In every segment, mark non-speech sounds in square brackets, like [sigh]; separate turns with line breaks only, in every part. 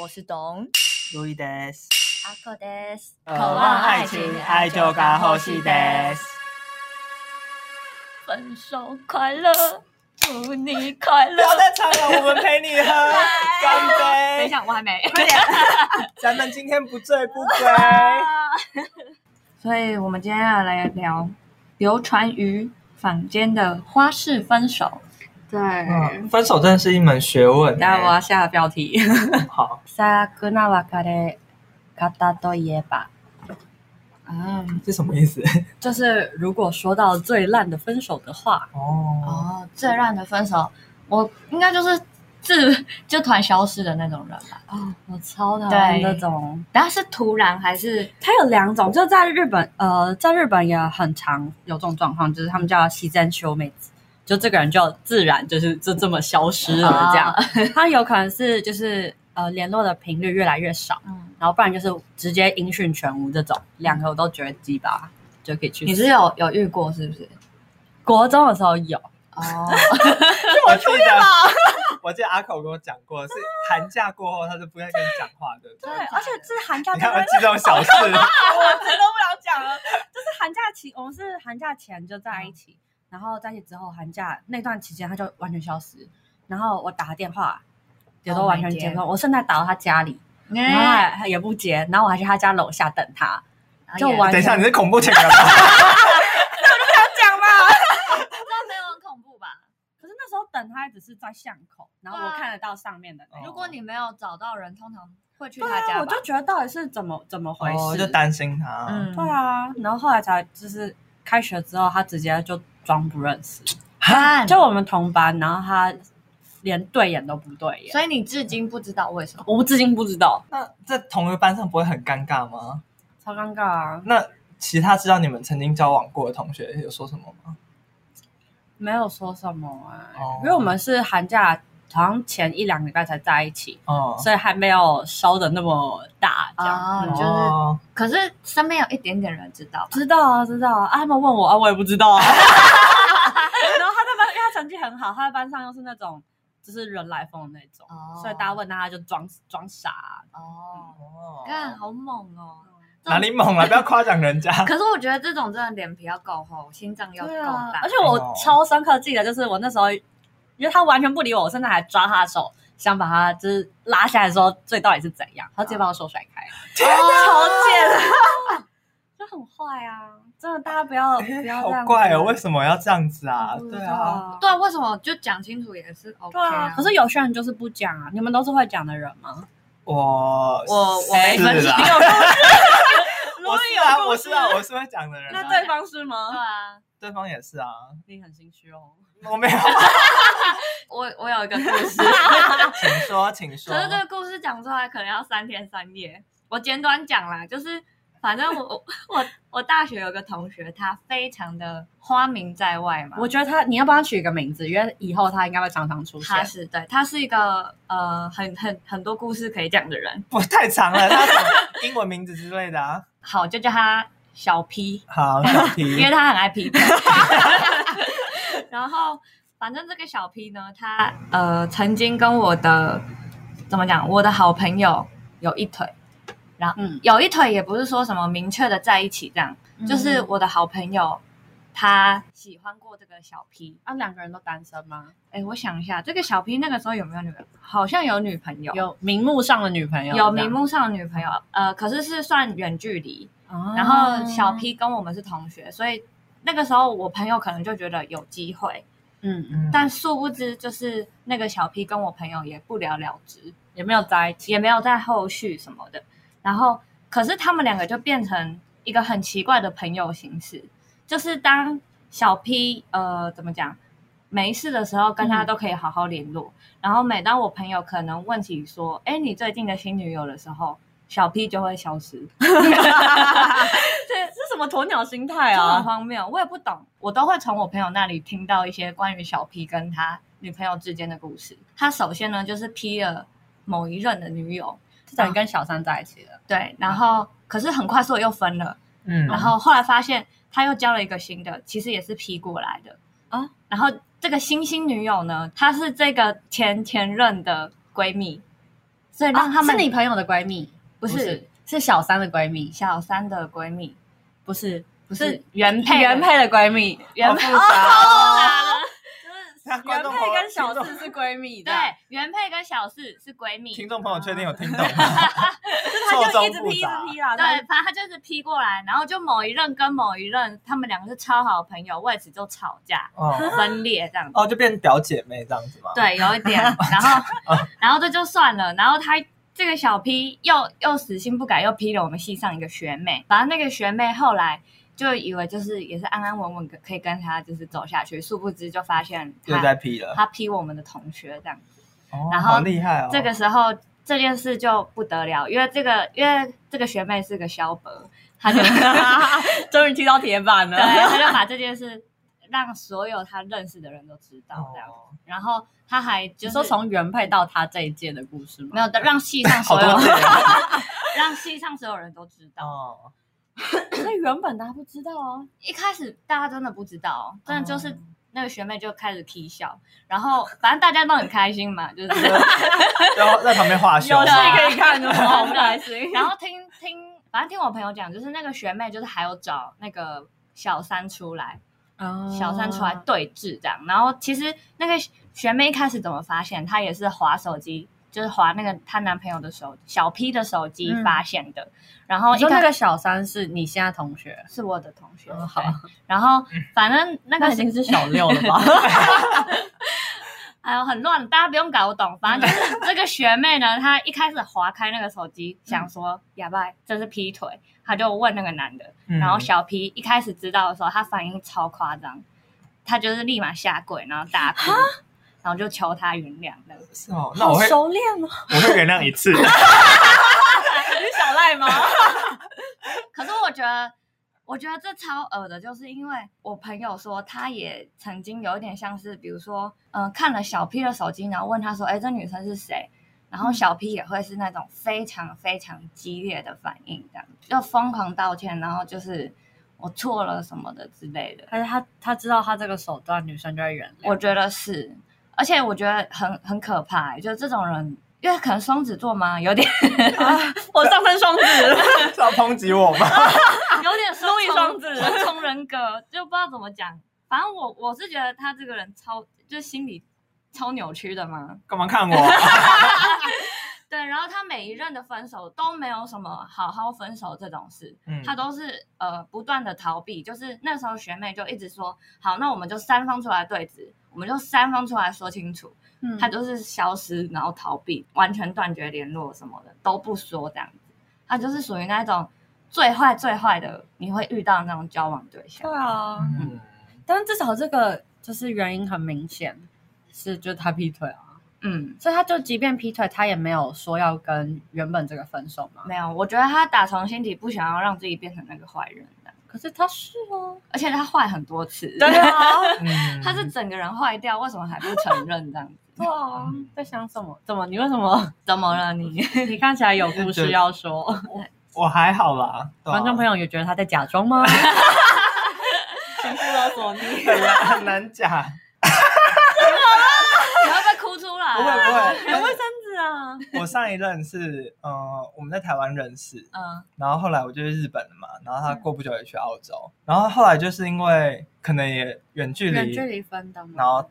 我是董
路易德斯，
阿克德斯，
渴望爱情，爱就该呼吸德。
分手快乐，祝你快
不
乐。
要再唱了，我们陪你 [laughs] 喝，干
等一
杯！
下，我还没。
快
[laughs]
点，咱们今天不醉不归。
所以我们今天要来聊流传于坊间的花式分手。
对，
嗯，分手真的是一门学问、
那我
欸。
要下标题。
好，
萨格纳瓦卡的卡达多耶哦吧。啊，
是什么意思？
就是如果说到最烂的分手的话，
哦，
哦，最烂的分手，
我应该就是自就突然消失的那种人吧。
哦，
我超讨
厌
那
那
种。
然后是突然还是
它有两种，就在日本，呃，在日本也很常有这种状况，就是他们叫西真修妹子，就这个人就自然就是就这么消失了这样。他有可能是就是呃联络的频率越来越少，
嗯，
然后不然就是直接音讯全无这种，两个我都觉得鸡巴就可以去死。
你是有有遇过是不是？
国中的时候有，
哦，
[laughs]
我记得，我记得 [laughs] 阿口跟我讲过，是寒假过后他就不再跟你讲话的。
对，
真的假的
而且是寒假
你
期，
看，我记这种 [laughs] 小事，
我真的不想讲了。就是寒假期，我们是寒假前就在一起，然后在一起之后，寒假那段期间他就完全消失，然后我打电话也都
Oh my
完全哦接不通，我甚至还打到他家里，然后
哎，
他也不接，然后我还去他家楼下等他，就完
等一
全
下，你是恐怖情人吧？
讲嘛。
这没有很恐怖吧？
可是那时候等他只是在巷口，然后我
对啊
看得到上面的那
哦
个。
如果你没有找到人，通常会去
对
他
啊，
家
我
吧
就？觉得到底是怎么怎么回事？
哦，就担心他。
嗯， [laughs]
对啊，然后后来才就是开学之后，他直接就装不认识，
看，
就我们同班，然后他连对眼都不对眼，
所以你至今不知道为什么？
我至今不知道，
那在同一个班上不会很尴尬吗？
超尴尬啊！
那其他知道你们曾经交往过的同学有说什么吗？
没有说什么啊，
哦
因为我们是寒假好像前一两个礼拜才在一起，
哦，
所以还没有烧的那么大，这样。嗯
啊，就是，
哦
可是身边有一点点人知道吧？
知道啊，知道啊，啊他们问我啊，我也不知道啊。 [laughs] 然后他在班，因为他成绩很好，他在班上又是那种就是人来疯的那种，
哦
所以大家问他，他就装装傻啊、
哦，
哦嗯
看好猛哦！
哪里猛啊了？不要夸奖人
[laughs]
家。
可是我觉得这种真的脸皮要够厚，心脏要够
对啊，
大
而。且
哦
我超深刻记得，就是我那时候，因为他完全不理我，我甚至还抓他的手，想把他就是拉下来说这到底是怎样，他直接把我手甩开，
啊
天
超贱， [laughs] 就很坏啊！真的，大家不要不要这样
哎好
子，啊
怪哦，为什么要这样子啊？
不知道
对啊，，
对啊，为什么就讲清楚也是 OK？
对啊，可是有些人就是不讲啊，你们都是会讲的人吗？
我
我我没
是
分
[laughs]
析
啦
你有故事
我是啊，我是啊，我是会讲的人啊。
那对方是
对
吗？
啊，
对方也是啊，
你很心虚哦。
我没有，啊
我我有一个故事，
请说，请说
[laughs]
可。是这个故事讲出来可能要三天三夜。我简短讲啦，就是反正我我我我大学有个同学，他非常的花名在外嘛，
我觉得他，你要帮他取一个名字，因为以后他应该会常常出现
他。是对他是一个呃很很很多故事可以讲的人，
不太长了，那种英文名字之类的啊。
好就叫他小 P，
好，小
因为
[laughs]
P，
他很爱 P。然后反正这个小 P 呢，他呃曾经跟我的怎么讲，我的好朋友有一腿，
嗯，
有一腿也不是说什么明确的在一起这样。就是我的好朋友，他喜欢过这个小 P。
啊，两个人都单身吗？
哎，我想一下，这个小 P 那个时候有没有女朋友？好像有女朋友，
有名目上的女朋友，
有名目上的女朋友，呃，可是是算远距离。
这样。
然后小
哦，
P 跟我们是同学，所以那个时候我朋友可能就觉得有机会，
嗯 [laughs] 嗯，
嗯
但殊不知就是那个小 P 跟我朋友也不了了之，
也没有在一起。
也没有在后续什么的。然后，可是他们两个就变成一个很奇怪的朋友形式，就是当小 P 呃怎么讲没事的时候，跟他
嗯
都可以好好联络。然后每当我朋友可能问起说：“哎，你最近的新女友”的时候，小 P 就会消失，
这是什么鸵鸟心态
就很
啊？
荒谬。我也不懂，我都会从我朋友那里听到一些关于小 P 跟他女朋友之间的故事。他首先呢就是 P 了某一任的女友，
至少你跟小三在一起了，
对，然后可是很快速又分了。
嗯
然后后来发现他又交了一个新的，其实也是 P 过来的
啊。
然后这个新新女友呢，她是这个前前任的闺蜜，所以让他们、
哦是你朋友的闺蜜，
不是
是小三的闺蜜，
小三的闺蜜，
不是
不是原配的
原配的闺蜜，
原
好
配
复杂哦。那 [laughs] 观
原
众
配
朋友
跟小
听哦
四
众
是闺 [laughs] 蜜，
[laughs] 对，原配跟小四是闺蜜，
听众朋友确定有听懂吗？
他
错
就
综
一直
复
劈一直
杂。
劈啦，
对，反正他就是批过来，然后就某一任跟某一任，他们两个是超好朋友，为此就吵架
哦
分裂这样子。
哦，就变表姐妹这样子吗？，
对，有一
[laughs]
点，然后然后这就算了，然后他这个小 P 又又死性不改，又批了我们系上一个学妹，反正那个学妹后来。就以为就是也是安安稳稳地可以跟他就是走下去，殊不知就发现
又
他
在 P 了。
他批我们的同学这样
哦
然后
好厉害哦，
这个时候这件事就不得了，因为这个因为这个学妹是个萧伯，她就对，
[laughs] 终于踢到铁 [laughs] 板了。
她就把这件事 [laughs] 让所有她认识的人都知道这样，
哦
然后她还就
你
是
说从原配到他这一届的故事吗？
没有让系上
[laughs]
所
好多
有
人
[laughs] 让系上所有人都知道。
哦，
有，所以原本大家不知道啊。
一开始大家真的不知道，真的就是
哦
那个学妹就开始踢笑，然后反正大家都很开心嘛，就是
然后在旁边画胸
有
啊，[laughs]
戏可以看的，好
好
开
开
心。 [laughs]
然后听听，反正听我朋友讲，就是那个学妹就是还有找那个小三出来。小三出来
哦
对峙这样。然后其实那个学妹一开始怎么发现，她也是划手机，就是划那个她男朋友的手小 P 的手机
嗯
发现的。然后
我
一
说那
开
个小三是你现在同学，
是我的同学，
嗯好
对。然后反正那
那
个
已经是小六了吧？
[laughs] 哎呦很乱，大家不用搞懂。反正就是这个学妹呢，她一开始划开那个手
[laughs]
机，
嗯
想说哑巴这是劈腿，她就问那个男的，
嗯
然后小 P 一开始知道的时候，他反应超夸张，他就是立马下跪，然后大哭，然后就求他原谅那个。
是哦，那我会
熟练哦，
我会原谅一次，[laughs]
[laughs] 你是小 [laughs] 赖吗？
可是我觉得，我觉得这超恶的，就是因为我朋友说，他也曾经有一点像是，比如说，嗯、看了小 P 的手机，然后问他说，哎，这女生是谁？然后小 P 也会是那种非常非常激烈的反应，这样就疯狂道歉，然后就是我错了什么的之类的。
还是他他知道他这个手段，女生就会原谅？
我觉得是，而且我觉得很很可怕、欸就这种人，因为可能双子座嘛，有点
[laughs] 我上升双子， [laughs]
是要抨击我吗？
有 [laughs] 点
路易双子
双重人格，就不知道怎么讲。反正我我是觉得他这个人超，就是心理超扭曲的嘛。
干嘛看我？
对，然后他每一任的分手都没有什么好好分手这种事，
嗯
他都是呃不断的逃避，就是那时候学妹就一直说，好，那我们就三方出来对质，我们就三方出来说清楚，
嗯
他就是消失，然后逃避，完全断绝联络什么的都不说这样子，他就是属于那种最坏最坏的你会遇到那种交往对象
对，啊，
嗯
但是至少这个就是原因很明显，是就是他劈腿啊，
嗯。
所以他就即便劈腿，他也没有说要跟原本这个分手嘛。
嗯没有，我觉得他打从心底不想要让自己变成那个坏人的，
可是他是哦，
而且他坏很多次。
啊，
[laughs]
嗯
他是整个人坏掉，为什么还不承认这样子？
对啊，在想什么？怎么？你为什么？
怎么了你？
[laughs]
[laughs]
你看起来有故事要说，
我还好啦，对啊
观众朋友也觉得他在假装 [laughs] 吗？情绪勒 [laughs] 索你。
很难很难讲，
你会不会哭出来？
不会不会，但是
是啊，
我上一任是呃我们在台湾认识，
嗯
然后后来我就去日本了嘛，然后
嗯
他过不久也去澳洲，然后后来就是因为可能也远距
远
离
距，离分的吗？
然后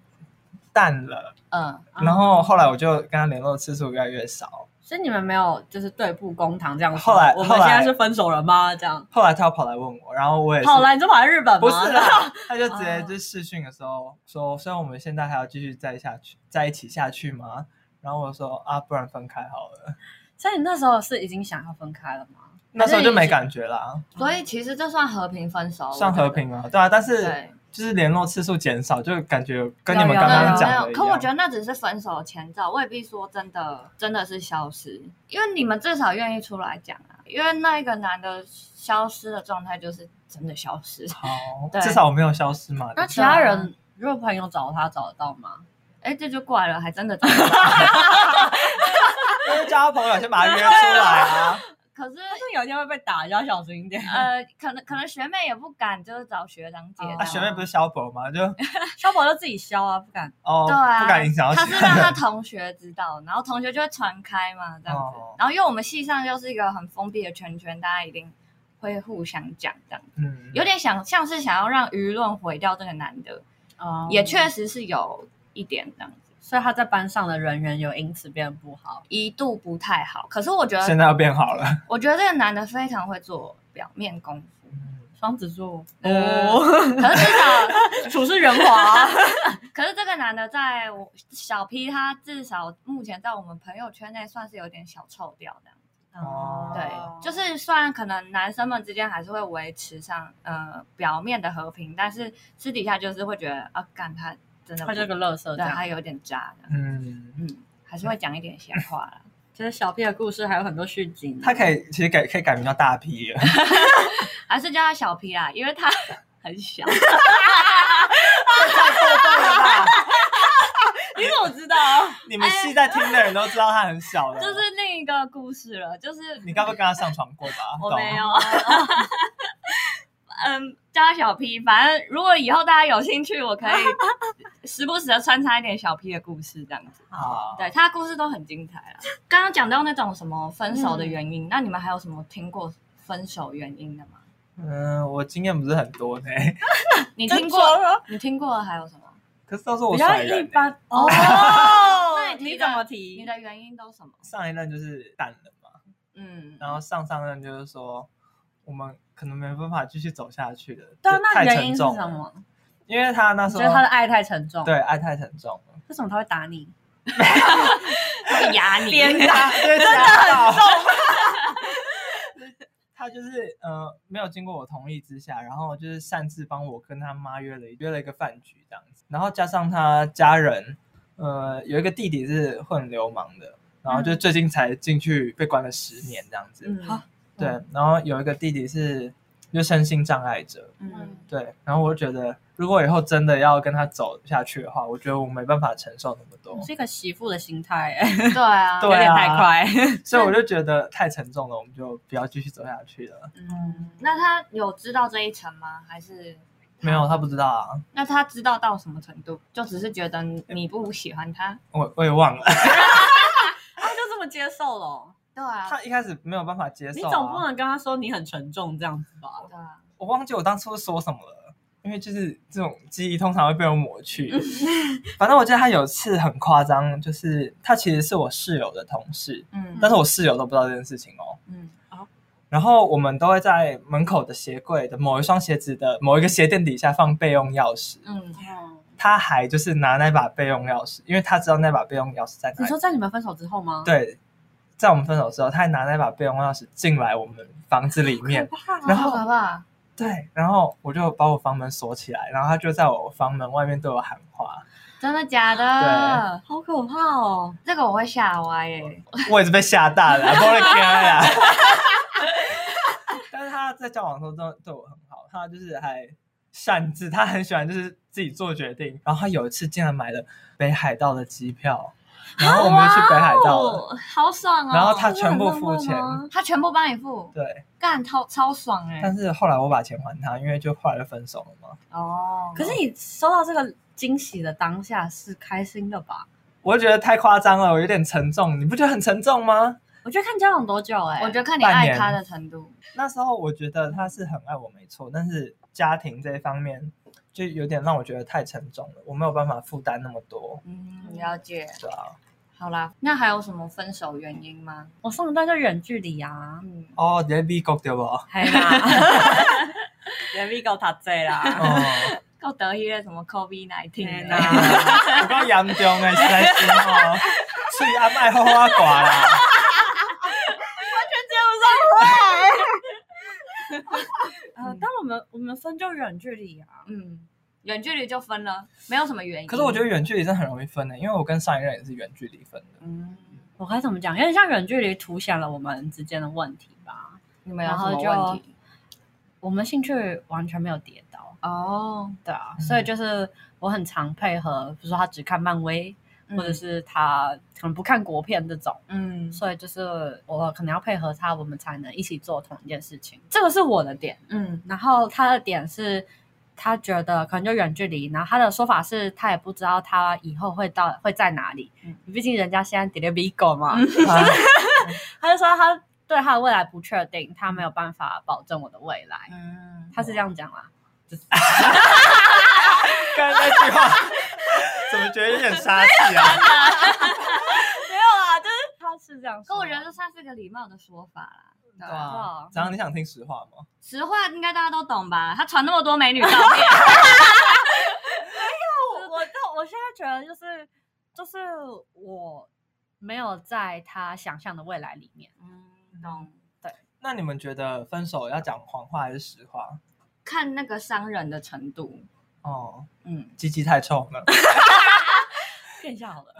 淡了，
嗯，
啊
然后后来我就跟他联络次数越来越少，
所以你们没有就是对簿公堂这样说。
后来
我们
后
现
来
在是分手了吗？这样。
后来他又跑来问我，然后我也是
好了，你就跑来日哦本吗？
不是啊啦，他就直接就试训的时候说，虽然我们现在还要继续在下去，在一起下去吗？然后我说啊，不然分开好了。
[laughs] 所以你那时候是已经想要分开了吗？
那时候就没感觉啦，
所以其实这算和平分
哦
手，
算和平啊，对啊，但
我觉得。
是
对，
就是联络次数减少，就感觉跟
有
你们
有
刚
有
刚
有
讲
没
的
有，
一
可我觉
样。
得那只是分手前兆，未必说真的真的是消失，因为你们至少愿意出来讲啊。因为那一个男的消失的状态就是真的消失，
好，
对
至少我没有消失嘛。
那其他人如果朋友找他找得到吗？
哎，这就怪了，还
[laughs]
真的找不到。 [laughs]
就是交朋友先把他约出来啊。
可是
是有一天会被打，要小心一 [laughs] 点。
呃，可能可能学妹也不敢，就是找学长姐这
哦
样。
啊，学妹不是消博吗？就
消防就自己消啊，不敢。
哦，
对啊，
不敢影响到
他
其
是让
人。
他同学知道，然后同学就会传开嘛，这样子。
哦
然后因为我们系上就是一个很封闭的圈圈，大家一定会互相讲这样，
嗯，
有点想像是想要让舆论毁掉这个男的，
哦
也确实是有一点这样子，
所以他在班上的人缘有因此变不好。
一度不太好。可是我觉
现
得，
在要变好了。
我觉得这个男的非常会做表面功夫，
双子座
哦，可是至
[laughs]
少。
[laughs] 处事圆 [laughs] 滑。啊
可是这个男的在我小 P，他至少目前在我们朋友圈内算是有点小臭掉的。
哦
对，就是虽然可能男生们之间还是会维持上呃表面的和平，但是私底下就是会觉得啊，干他真的不
他就是个乐色这
对
样。
他有点渣的，
嗯，
嗯，还是会讲一点闲话啦。
其实小 P 的故事还有很多续集呢。
他可以其实改可以改名叫大 P 了。 [laughs]
还是叫他小 P 啦，因为他 [laughs] 很小，
你怎么知道？
你们系在听的人都知道他很小了。
就是另一个故事了，就是
你该不会跟他上床过吧？
我
懂
没有。嗯，叫他小 P，反正如果以后大家有兴趣，我可以时不时的穿插一点小 P 的故事，这样子。
好，
对，他的故事都很精彩啦。刚刚讲到那种什么分手
嗯
的原因，那你们还有什么听过分手原因的吗？
嗯，我经验不是很多呢，
你
你
听过？你听过的还有什么？
可是都是我
比较
甩
一
人欸呢。
[laughs] 般哦。
那你提
你
的
怎么
你
提？
的原因都什么？
上一任就是淡了嘛，
嗯，
然后上上任就是说我们可能没办法继续走下去了，
对啊，
就
那
太
你原
沉
因是
重
什
了。
么？
因为他那
你
时
觉
候
得他的爱太沉重？
对，爱太沉重了，
为什么他会打 [laughs] 你？
会压
[laughs]
你。
打，真的很重。 [laughs] 他就是呃没有经过我同意之下，然后就是擅自帮我跟他妈约了约了一个饭局这样子，然后加上他家人，呃有一个弟弟是混流氓的，然
嗯
后就最近才进去被关了十年这样子，
嗯
好
对，然后有一个弟弟是就身心障碍者，
嗯，
对，然后我就觉得如果以后真的要跟他走下去的话，我觉得我没办法承受那么多
你，是一个媳妇的心态、欸，
对啊，
有
对
点
啊
太 [laughs] 快。
所以我就觉得太沉重了，我们就不要继续走下去了。
嗯，那他有知道这一层吗？还是
没有，他不知道啊，
那他知道到什么程度？就只是觉得你不喜欢他。
我我也忘了。
他啊就这么接受了哦、
对啊，
[laughs] 他一开始没有办法接
你
受、啊，
总不能跟他说你很沉重这样子吧？
对啊，
我忘记我当初说什么了，因为就是这种记忆通常会被我抹去。
嗯
反正我记得他有一次很夸张，就是他其实是我室友的同事，
嗯
但是我室友都不知道这件事情哦。
嗯，
然后我们都会在门口的鞋柜的某一双鞋子的某一个鞋垫底下放备用钥匙。
嗯，
哦
他还就是拿那把备用钥匙，因为他知道那把备用钥匙在哪
你
里
说。在你们分手之后吗？，
对，在我们分手之后，他还拿那把备用钥匙进来我们房子里
[laughs]
面。然后
好可怕，
对，然后我就把我房门锁起来，然后他就在我房门外面对我喊话，
真的假的？
好可怕哦！
这个我会吓歪欸耶。
[laughs] 我也是被吓大了，不会干呀。但是他在交往的时候真的对我很好，他就是还擅自，他很喜欢就是自己做决定。然后他有一次竟然买了北海道的机票，然后我们就去北海道了，
哦，好爽哦！
然后他全部付钱
真的。很浪漫
他全部帮你付，
对，
干超超爽哎、
但是后来我把钱还他，因为就后来就分手了嘛。
哦，
可是你收到这个惊喜的当下是开心的吧？
我就觉得太夸张了，我有点沉重，你不觉得很沉重吗？
我觉得看交往多久哎、
我觉得
得
看你
半
爱
年
他的程度，
那时候我觉得他是很爱我没错，但是家庭这一方面就有点让我觉得太沉重了，我没有办法负担那么多，
嗯，了解。
对啊。
好啦，那还有什么分手原因吗？
我上一段就远距离啊，
嗯，
哦，你在美国对不？哦，
嘿啦， [laughs] 人民够他醉啦，
我
够得意的什么 COVID
[laughs] 天
nineteen
哪！
啊？
讲严重诶，实在是哦，所以阿麦好花挂啦。
呃，但我们我们分就远距离啊，
嗯，远距离就分了，没有什么原因。
可是我觉得远距离真的很容易分的，欸因为我跟上一任也是远距离分的。
嗯，我该怎么讲？有点像远距离凸显了我们之间的问题吧。
你们有什
然后
么
就
问题？
我们兴趣完全没有跌倒，
哦，
对啊，
嗯
所以就是我很常配合，比如说他只看漫威，
嗯
或者是他可能不看国片这种，
嗯
所以就是我可能要配合他，我们才能一起做同一件事情。这个是我的点，
嗯
然后他的点是。他觉得可能就远距离，然后他的说法是他也不知道他以后会到会在哪里，
嗯
毕竟人家现在 d e l i v e go 嘛，
啊
他就说他对他的未来不确定，他没有办法保证我的未来，
嗯，
他是这样讲啦。
刚才那句话 [laughs] 怎么觉得有点杀气啊？
没有
啊
啦，就是他是这样
可
说。
我觉得这算是个礼貌的说法啦。对
对
啊，
啊
啊，
然后你想听实话吗？
实话应该大家都懂吧？他传那么多美女照片，
我我到我现在觉得就是就是我没有在他想象的未来里
[laughs]
面。
嗯，懂。
那你们觉得分手要讲谎话还是实话？
看那个伤人的程度，
哦， [laughs]
嗯，
鸡鸡太臭了。
变下好了，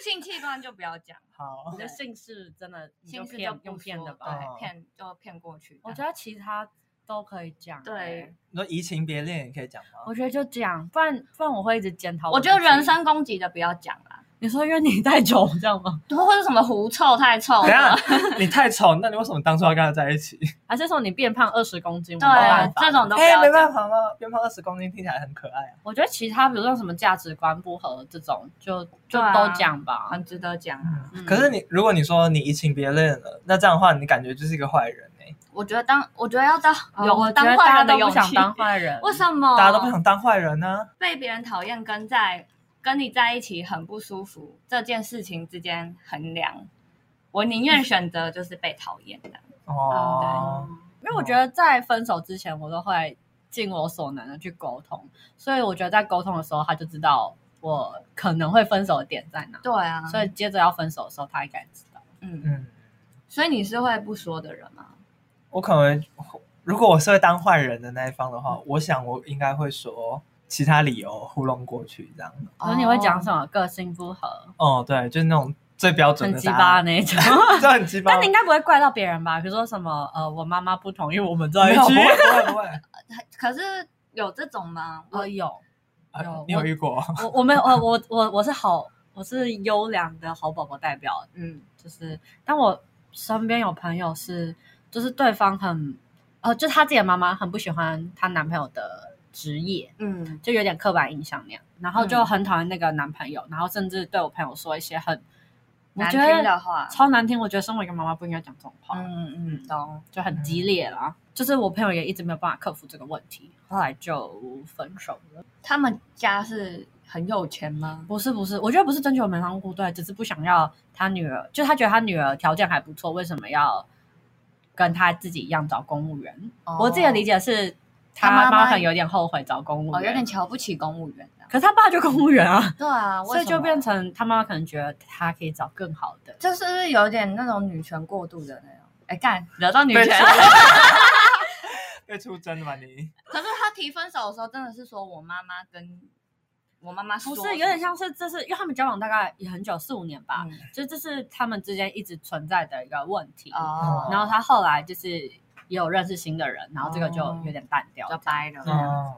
性器官就不要 [laughs] 讲，
好
我，觉得姓氏真的你就
性事
骗
就
用
不
骗
说
的吧。
哦
对，骗就骗过去。
我觉得其他都可以讲、哎
对，
你说移情别恋也可以讲吗？
我觉得就讲，不然不然我会一直检讨。
我觉得人，身攻击的不要讲啦，
你说因为你太久 [laughs] 这样吗？
或者什么狐臭太臭
等一 [laughs]
了，
下，你太丑，那你为什么当初要跟他在一起？
还是说你变胖二十公斤？我没办
对，
法
这种都不
哎、
要
没
讲。
办法嘛，变胖二十公斤听起来很可爱啊。
我觉得其他，比如说什么价值观不合这种，就就
对啊
都讲吧。
很值得讲啊！
嗯、可是你，如果你说你移情别恋了，那这样的话，你感觉就是一个坏人哎、
嗯我觉得当哦我觉得要当
有，
有
我觉
当
得
坏
大
人
家
的
都
勇
不想
气，
当坏
[laughs]
人。
为什么
大家都不想当坏人啊呢、
被别人讨厌跟在跟你在一起很不舒服这件事情之间衡量，我宁愿选择就是被讨厌的。
哦，
因为我觉得在分手之前，我都会尽我所能的去沟通，所以我觉得在沟通的时候，他就知道我可能会分手的点在哪，
对啊，
所以接着要分手的时候，他应该知道。
嗯，
嗯，
所以你是会不说的人吗？
我可能如果我是会当坏人的那一方的话，我想我应该会说其他理由糊弄过去这样。
哦
可是你会讲什
么？
么？个性不合，
哦，对，就是那种最标准
很
的
鸡
答
巴
案，
那一种。
这很鸡巴。
但你应该不会怪到别人吧？比如说什么呃，我妈妈不同意我们
[laughs]
在
没
一
有不
起。
会不会不会，
哦可是有这种吗？我
[laughs] 呃，有
啊
有
你有
我
遇过？ [laughs]
我我没有我我我我是好我是优良的好宝宝代表，
嗯，
就是，但我身边有朋友是，就是对方很，呃，就她自己的妈妈很不喜欢她男朋友的职业，
嗯
就有点刻板印象那样，然后就
嗯
很讨厌那个男朋友，然后甚至对我朋友说一些很，我
难
觉
听
得
的话，
超难听，我觉得身为一个妈妈不应该讲这种话，
嗯嗯懂。
就很激烈
嗯
啦。就是我朋友也一直没有办法克服这个问题，后来就分手了。
他们家是很有钱吗？
不是不是，我觉得不是征求门当户对，只是不想要他女儿，就他觉得他女儿条件还不错，为什么要跟他自己一样找公务员？哦
哦
我自己的理
解
解是，
他
他
妈妈
妈可能有点后悔找公务员，
哦，有点瞧不起公务员的。
可是他爸就公务员啊，
对啊， [laughs] 为
所以
什
就
么
变成他妈妈可能觉得他可以找更好的。
就是有点那种女权过度的那种。哎，干惹到女
被
权
出
了。
被出征了吧你？
可是他提分手的时候，真的是说我妈妈跟我妈妈说
[laughs] 不
什
是
么，
有点像是这是因为他们交往大概也很久，四五年吧，
嗯
就这是他们之间一直存在的一个问题。
嗯
哦，
然后他后来就是也有认识新的人，然后这个嗯就
哦
有点淡掉。
就掰了。
哦，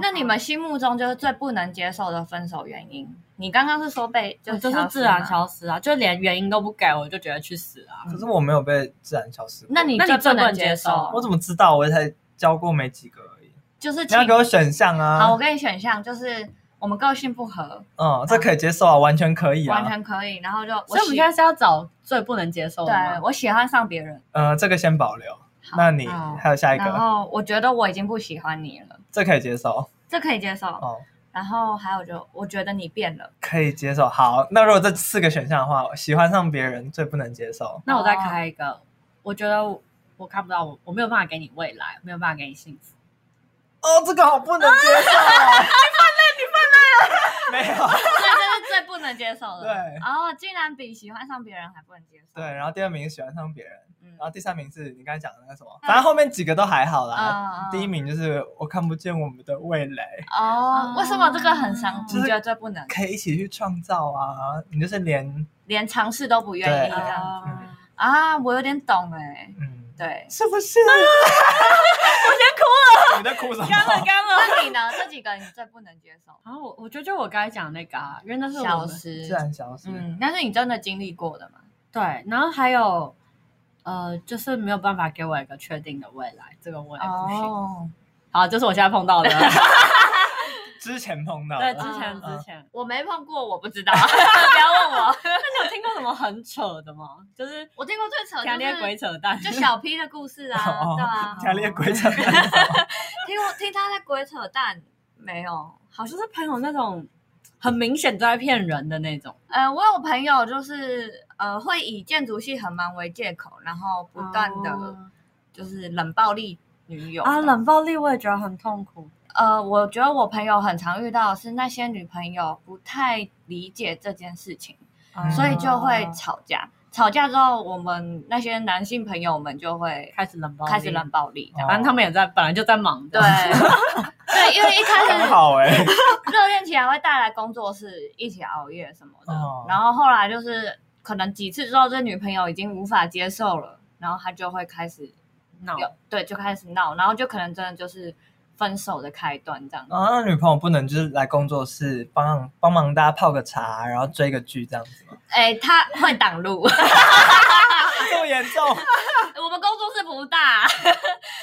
那你们心目中就是最不能接受的分手原因？你刚刚是说被
就
就
哦嗯就是
消
自
失吗
然。消失啊，就连原因都不给，我就觉得去死啊！
嗯可是我没有被自然消失过。
那你
那你
最
最不
能
能
接
接
受
受
我怎么知道？我才交过没几个而已。
就是
你
请
要给我选项
好，我
啊！
给你选项，就是我们个性不合，
嗯，这可以接受啊，完全可以
完
啊。
全可以。然后就
所以我们
喜
现在是要找最不能接受的
对
吗？
我喜欢上别人，
呃，这个先保留。那你
好
还有下一
然
个，
后我觉得我已经不喜欢你了，
这可以接受
这可以接受。
哦，
然后还有就我觉得你变了。
可以接受。好，那如果这四个选项的话，喜欢上别人最不能接受。
那我再开一个，我觉得我我看不到我，我没有办法给你未来，没有办法给你幸福。
哦，这个好不能接受啊！你犯累，你 [laughs] 犯累了。没有。
对， [laughs] 这是最不能接受的。
对
哦，竟然比喜欢上别人还不能接受。
对，，然后第二名是喜欢上别人，
嗯
然后第三名是你刚才讲的那个什么，反正后面几个都还好啦。
嗯
啊第一名就是我看不见我们的未来，
哦，为什么这个很伤？
就是
你觉得最不能，
可以一起去创造啊！你就是连
哦
连尝试都不愿意
对
这样
嗯
啊？我有点懂哎，
嗯，
对，
是不 [laughs] 是？我先哭了。你在哭什
[laughs] 干了
么？
干了。
那你呢？这几个你最不能接受？
然后我我觉得就我刚才讲那个啊，因为那是我
消
们
失
自，然消失。
嗯，那是你真的经历过的吗？
对，然后还有呃，就是没有办法给我一个确定的未来，这个我也不行。
哦，
[laughs]
好，这是我现在碰到的，
之前碰到
对，
的，
之前
嗯
之前。
我没碰过，我不
[laughs]
知道，不要问我。
那你有听过什么很扯的吗？就是
我听过最扯
强烈鬼
就是
扯淡，
就小 P 的故事啊，
[laughs] 哦
对啊，
强烈鬼扯淡。
听我听他在鬼扯淡没有？好
[laughs] 好
像
像是朋友那种很明显都在骗人的那种。
呃，我有朋友就是呃会以建筑系很忙为借口，然后不断的就是冷暴力女友
哦啊，
这样
冷暴力我也觉得很痛苦。
呃，我觉得我朋友很常遇到的是那些女朋友不太理解这件事情，
嗯
所以就会
哦
吵架。吵架之后，我们那些男性朋友们就会
开始冷暴力，哦
开始冷，暴力。
反正他们也在，本来就在忙
对
[laughs] 的。，
对，因为一开
很
始
好 [laughs] 哎、
热恋期还会带来工作室一起熬夜什么的，
哦
然后后来就是可能几次之后，这女朋友已经无法接受了，然后她就会开始
闹
有对，就开始闹，然后就可能真的就是分手的开端这样子。
然啊后那女朋友不能就是来工作室帮帮忙大家泡个茶，然后追个剧这样子吗？
哎、她会挡路， [laughs]
这么严重？
我们工作室不大，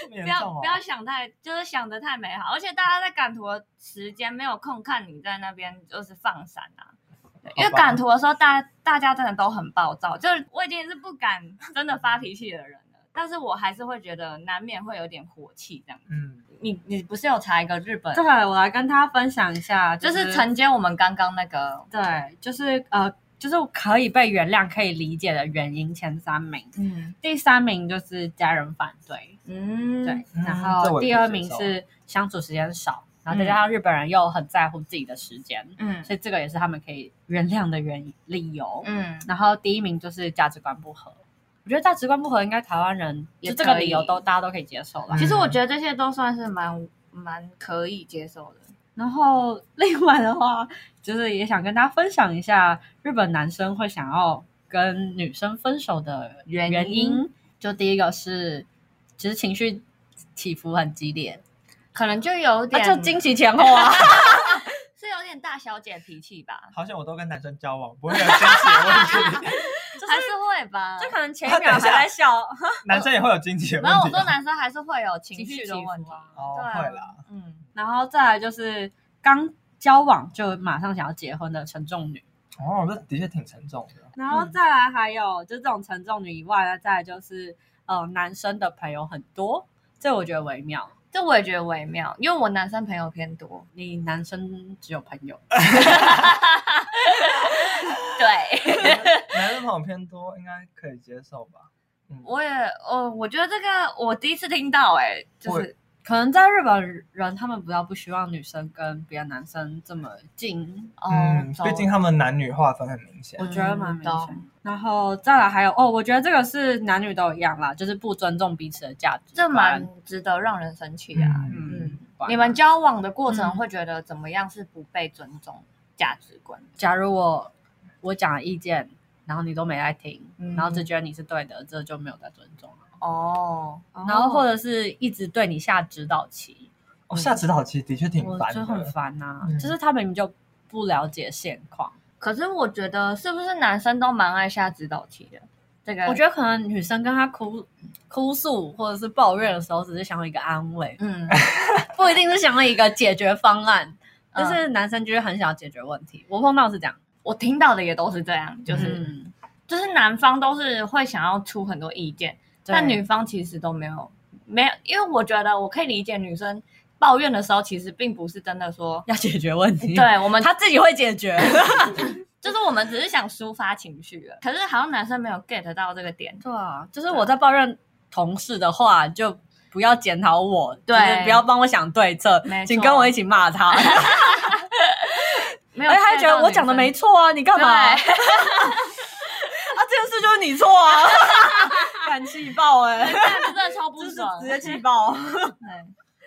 这么
不
严重、
要
哦？
不要想太，就是想的太美好，而且大家在赶图的时间没有空看你在那边就是放闪啊。对因为
好吧
赶图的时候，大大家真的都很暴躁，就是我已经是不敢真的发脾气的人了，但是我还是会觉得难免会有点火气这样。
嗯，
你你不是有查一个日本，
对，我来跟大家分享一下，
就是是承接我们刚刚那个，
对，就是呃，就是可以被原谅、可以理解的原因前三名，
嗯
第三名就是家人反对，
嗯，
对，
嗯
然
这
后
我也
第
可以
二
接
名
受
是相处时间少，然后再加上日本人又很在乎自己的时间，
嗯
所以这个也是他们可以原谅的原因理由。
嗯，
然后第一名就是价值观不合，我觉得价值观不合应该台湾人
也
就这个
可以嗯
理由都大家都可以接受啦。
其实我觉得这些都算是蛮蛮可以接受的，
然后另外的话，就是也想跟大家分享一下日本男生会想要跟女生分手的
原
原因。
因
就第一个是，其实情绪起伏很激烈，
可能就有
啊，
点、
就惊喜前后啊。
是有点大小姐脾气吧，
好像我都跟男生交往，不会有惊喜的问题，
还是会吧。
就可能
[laughs]
前
一秒还在
笑，
男生也会有惊喜的
然后我
问题
说
啊。
男生还是会有情绪
起
的问
伏
题，
啊。
哦
对，啊
会啦，
嗯，
然后再来就是刚交往就马上想要结婚的沉重女，
哦，这的确挺沉重 [laughs] 的。
然后再来还有就这种沉重女以外呢，再来就是呃男生的朋友很多，这我觉得微妙。
这我也觉得微妙，因为我男生朋友偏多，
你男生只有朋友，
对
男生朋友偏多，应该可以接受吧？嗯，
[laughs] 我也，哦，我觉得这个我第一次听到、哎，就是
可能在日本人他们比较不希望女生跟别的男生这么近，
哦，
嗯，
走
毕竟他们男女划分很明显
我。觉得蛮明
嗯
显的
懂。
然后再来还有哦，我觉得这个是男女都一样啦，就是不尊重彼此的价值观，
这蛮值得让人生气的、啊。
嗯，
嗯。观
你们交往的过程
嗯
会觉得怎么样是不被尊重价值观？
假如我我讲的意见，然后你都没在听，
嗯
然后只觉得你是对的，这就没有在尊重了。
哦，
然后或
者
者是一直对你下指导棋，
哦，下指导其实的确挺
我
烦
就很
的。
烦呐、
嗯
就是他明明就不了解现况，
可是我觉得是不是男生都蛮爱下指导题的？这个
我觉得可能女生跟他哭哭诉或者是抱怨的时候，只是想要一个安慰，
嗯，
[laughs]
不一定是想要一个解决方案。
嗯
就是男生就是很想要解决问题，我碰到是这样，
我听到的也都是这样，就是、
嗯，
就是男方都是会想要出很多意见，
对
但女方其实都没有没有，因为我觉得我可以理解女生抱怨的时候，其实并不是真的说，
要解决问题，，
对我们
他自己会解决，
就是我们只是想抒发情绪了，可是好像男生没有 get 到这个点，
对啊，就是我在抱怨同事的话，就不要检讨我，就是
对
不要帮我想对策
没，错
请跟我一起骂他。而
没有 get 到女生，
且他哎还觉得我讲的没错啊，你干嘛？啊，
对，
这件事就是你错啊， [laughs] 敢气爆哎、欸，
真的超
[laughs]
不
就是
爽
直。接气爆。
对 [laughs]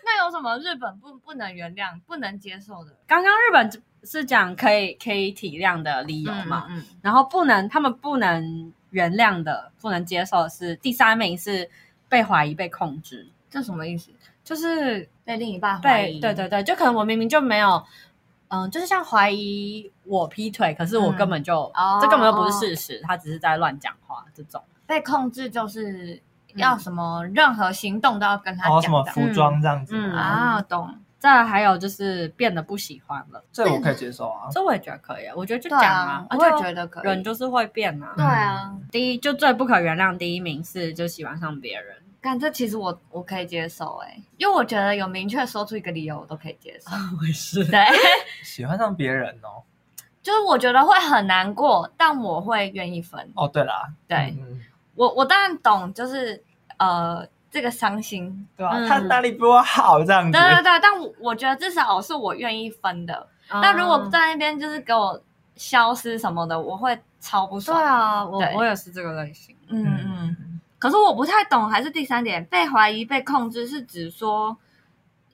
那有什么日本不不能原谅、不能接受的
[laughs] 刚刚日本是讲可以可以体谅的理由
有
嘛
吗？，嗯嗯
然后不能他们不能原谅的、不能接受的是第三名是被怀疑、被控制，
这什么意思？
就是
被另一半怀
对
疑？
对对对，就可能我明明就没有，嗯、就是像怀疑我劈腿，可是我根本就、
嗯哦
这根本就不是事实，他只是在乱讲话这种。
被控制就是
嗯
要什么，任何行动都要跟他
然后哦什
讲
么
的、
服装这样子
嗯
吗，
啊，懂。
再来还有就是变得不喜欢了，
这我可以接受啊。
这我也觉得可以，我觉得就
对
讲
啊，我
就
也觉得可以。
人就是会变啊。
对啊，
第一就最不可原谅，第一名是就喜欢上别人。
但这其实我我可以接受哎、因为我觉得有明确说出一个理由，我都可以接受。
[laughs] 我也是
对， [laughs]
喜欢上别人哦，
就是我觉得会很难过，但我会愿意分。
哦对啦，
对、
嗯，嗯
我，我当然懂，就是呃这个伤心，
对吧？
嗯啊
他哪里比我好这样子
对？对对，但我我觉得至少是我愿意分的。但如果
嗯
在那边就是给我消失什么的，我会超不
对
爽。
啊，我
对
我也是这个类型。
嗯嗯。
嗯，
可是我不太懂，还是第三点，被怀疑、被控制是指说，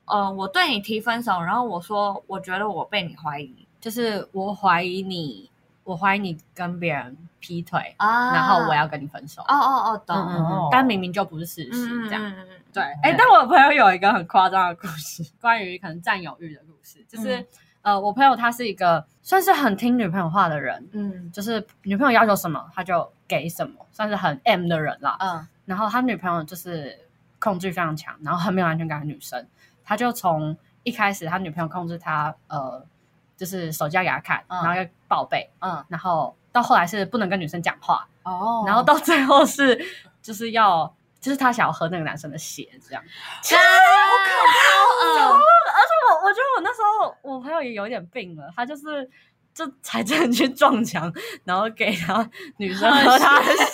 呃，我对你提分手，然后我说我觉得我被你怀疑
就是我怀疑你，我怀疑你跟别人劈腿，
啊
然后我要跟你分手。
哦哦哦，懂，
嗯嗯
哦
嗯，但明明就不是事
嗯
实，这样。
嗯嗯嗯
对，哎、但我朋友有一个很夸张的故事， [laughs] 关于可能占有欲的故事，就是、
嗯
呃，我朋友他是一个算是很听女朋友话的人，
嗯
就是女朋友要求什么他就给什么，算是很 M 的人啦。
嗯
然后他女朋友就是控制非常强，然后很没有安全感的女生，他就从一开始他女朋友控制他，呃，就是手机要给他看，
嗯
然后要报备，
嗯，
然后到后来是不能跟女生讲话，
哦，
然后到最后是就是要。就是他想要喝那个男生的血，这样。
干好恶，
我我觉得我那时候我朋友也有点病了，他就是就才真的去撞墙，然后给 [laughs] 他女生喝他的血。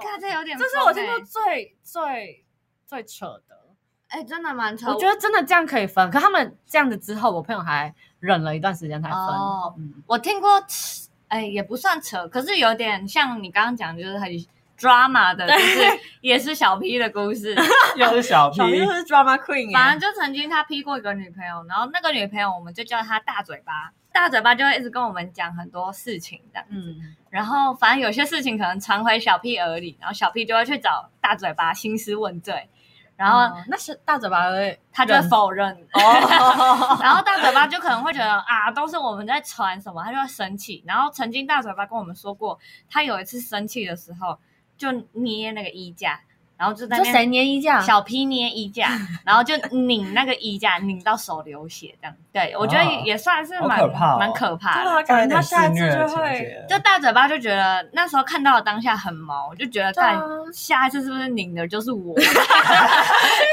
看这有点疯欸，
这是我听过最最最扯的。
哎，真的蛮扯，
我觉得真的这样可以分，可他们这样子之后，我朋友还忍了一段时间才分。
哦
嗯，
我听过扯，哎，也不算扯，可是有点像你刚刚讲，就是很 drama [laughs] 的，就是也是小 P 的故事。
又是小 P，
[laughs] 小明就是 drama queen
反
哎、
正就曾经他劈过一个女朋友，然后那个女朋友我们就叫她大嘴巴，大嘴巴就会一直跟我们讲很多事情的。
嗯，
然后反正有些事情可能传回小 P 耳里，然后小 P 就会去找大嘴巴兴师问罪，然后
哦那是大嘴巴会
他就会否认。[laughs]
哦，
然后大嘴巴就可能会觉得啊，都是我们在传什么，他就会生气。然后曾经大嘴巴跟我们说过，他有一次生气的时候就捏那个衣架，然后就在那
就
边
谁捏衣架？
小 P 捏衣架，然后就拧那个衣架，拧到手流血这样。对，我觉得
啊
也也算是
好
蛮
可怕哦
蛮可怕
对
的。
啊，感觉他下一
有
次
点
就
肆
会。
虐的情节
就大嘴巴就觉得那时候看到的当下很毛，我就觉得
对啊
看下一次是不是拧的就是我，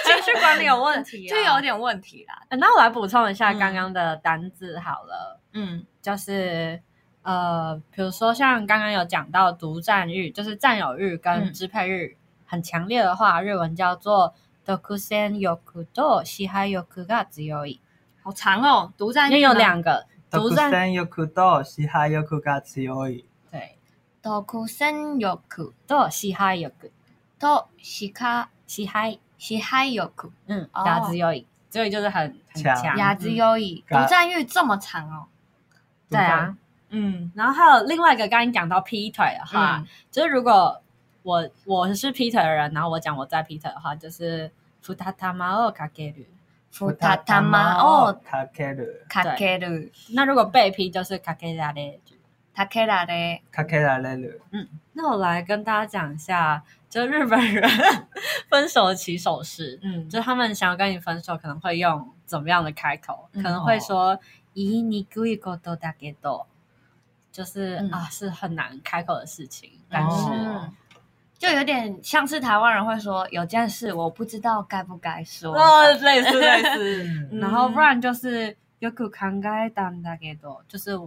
情绪管理有问
[laughs]
题
就
就
有
有。
点问题啦。
那我来补充一下
嗯
刚刚的单字好了，
嗯
就是呃，比如说像刚刚有讲到独占欲，就是占有欲跟
嗯
支配欲很强烈的话，日文叫做 “dokusen yoku do s h i h a yoku ga z y o i
好长哦，独占
因为有两个独占，
Tokusen yokudo shihai yokuga tsuyoi
对，
多苦森有苦
都西嗨有个
多西卡
西嗨，
西嗨有苦
嗯，
哦
打字有一，所以就是很很
强
强，
雅之优异，独
嗯
占欲这么长哦。
对啊。
嗯，
然后还有另外一个，刚刚讲到劈腿的话，
嗯
就是如果我我是劈腿的人，然后我讲我在劈腿的话，就是福塔塔马奥卡给吕。
福塔塔玛哦，
takeru
卡克鲁。
那如果被劈就是卡给拉嘞。
塔克拉嘞，
kakera
[laughs]
leru
那我来跟大家讲一下，就日本人 [laughs] 分手的起手式。
嗯，
就是他们想要跟你分手，可能会用怎么样的开口？
嗯
可能会说“咦，你故意给我多大给多”，就是、
嗯
啊，是很难开口的事情。但是、
哦
就有点像是台湾人会说有件事我不知道该不该说，
哦， [laughs] 类似类似。 [laughs]
嗯
然后不然就是“よく考えたんだけど”，就是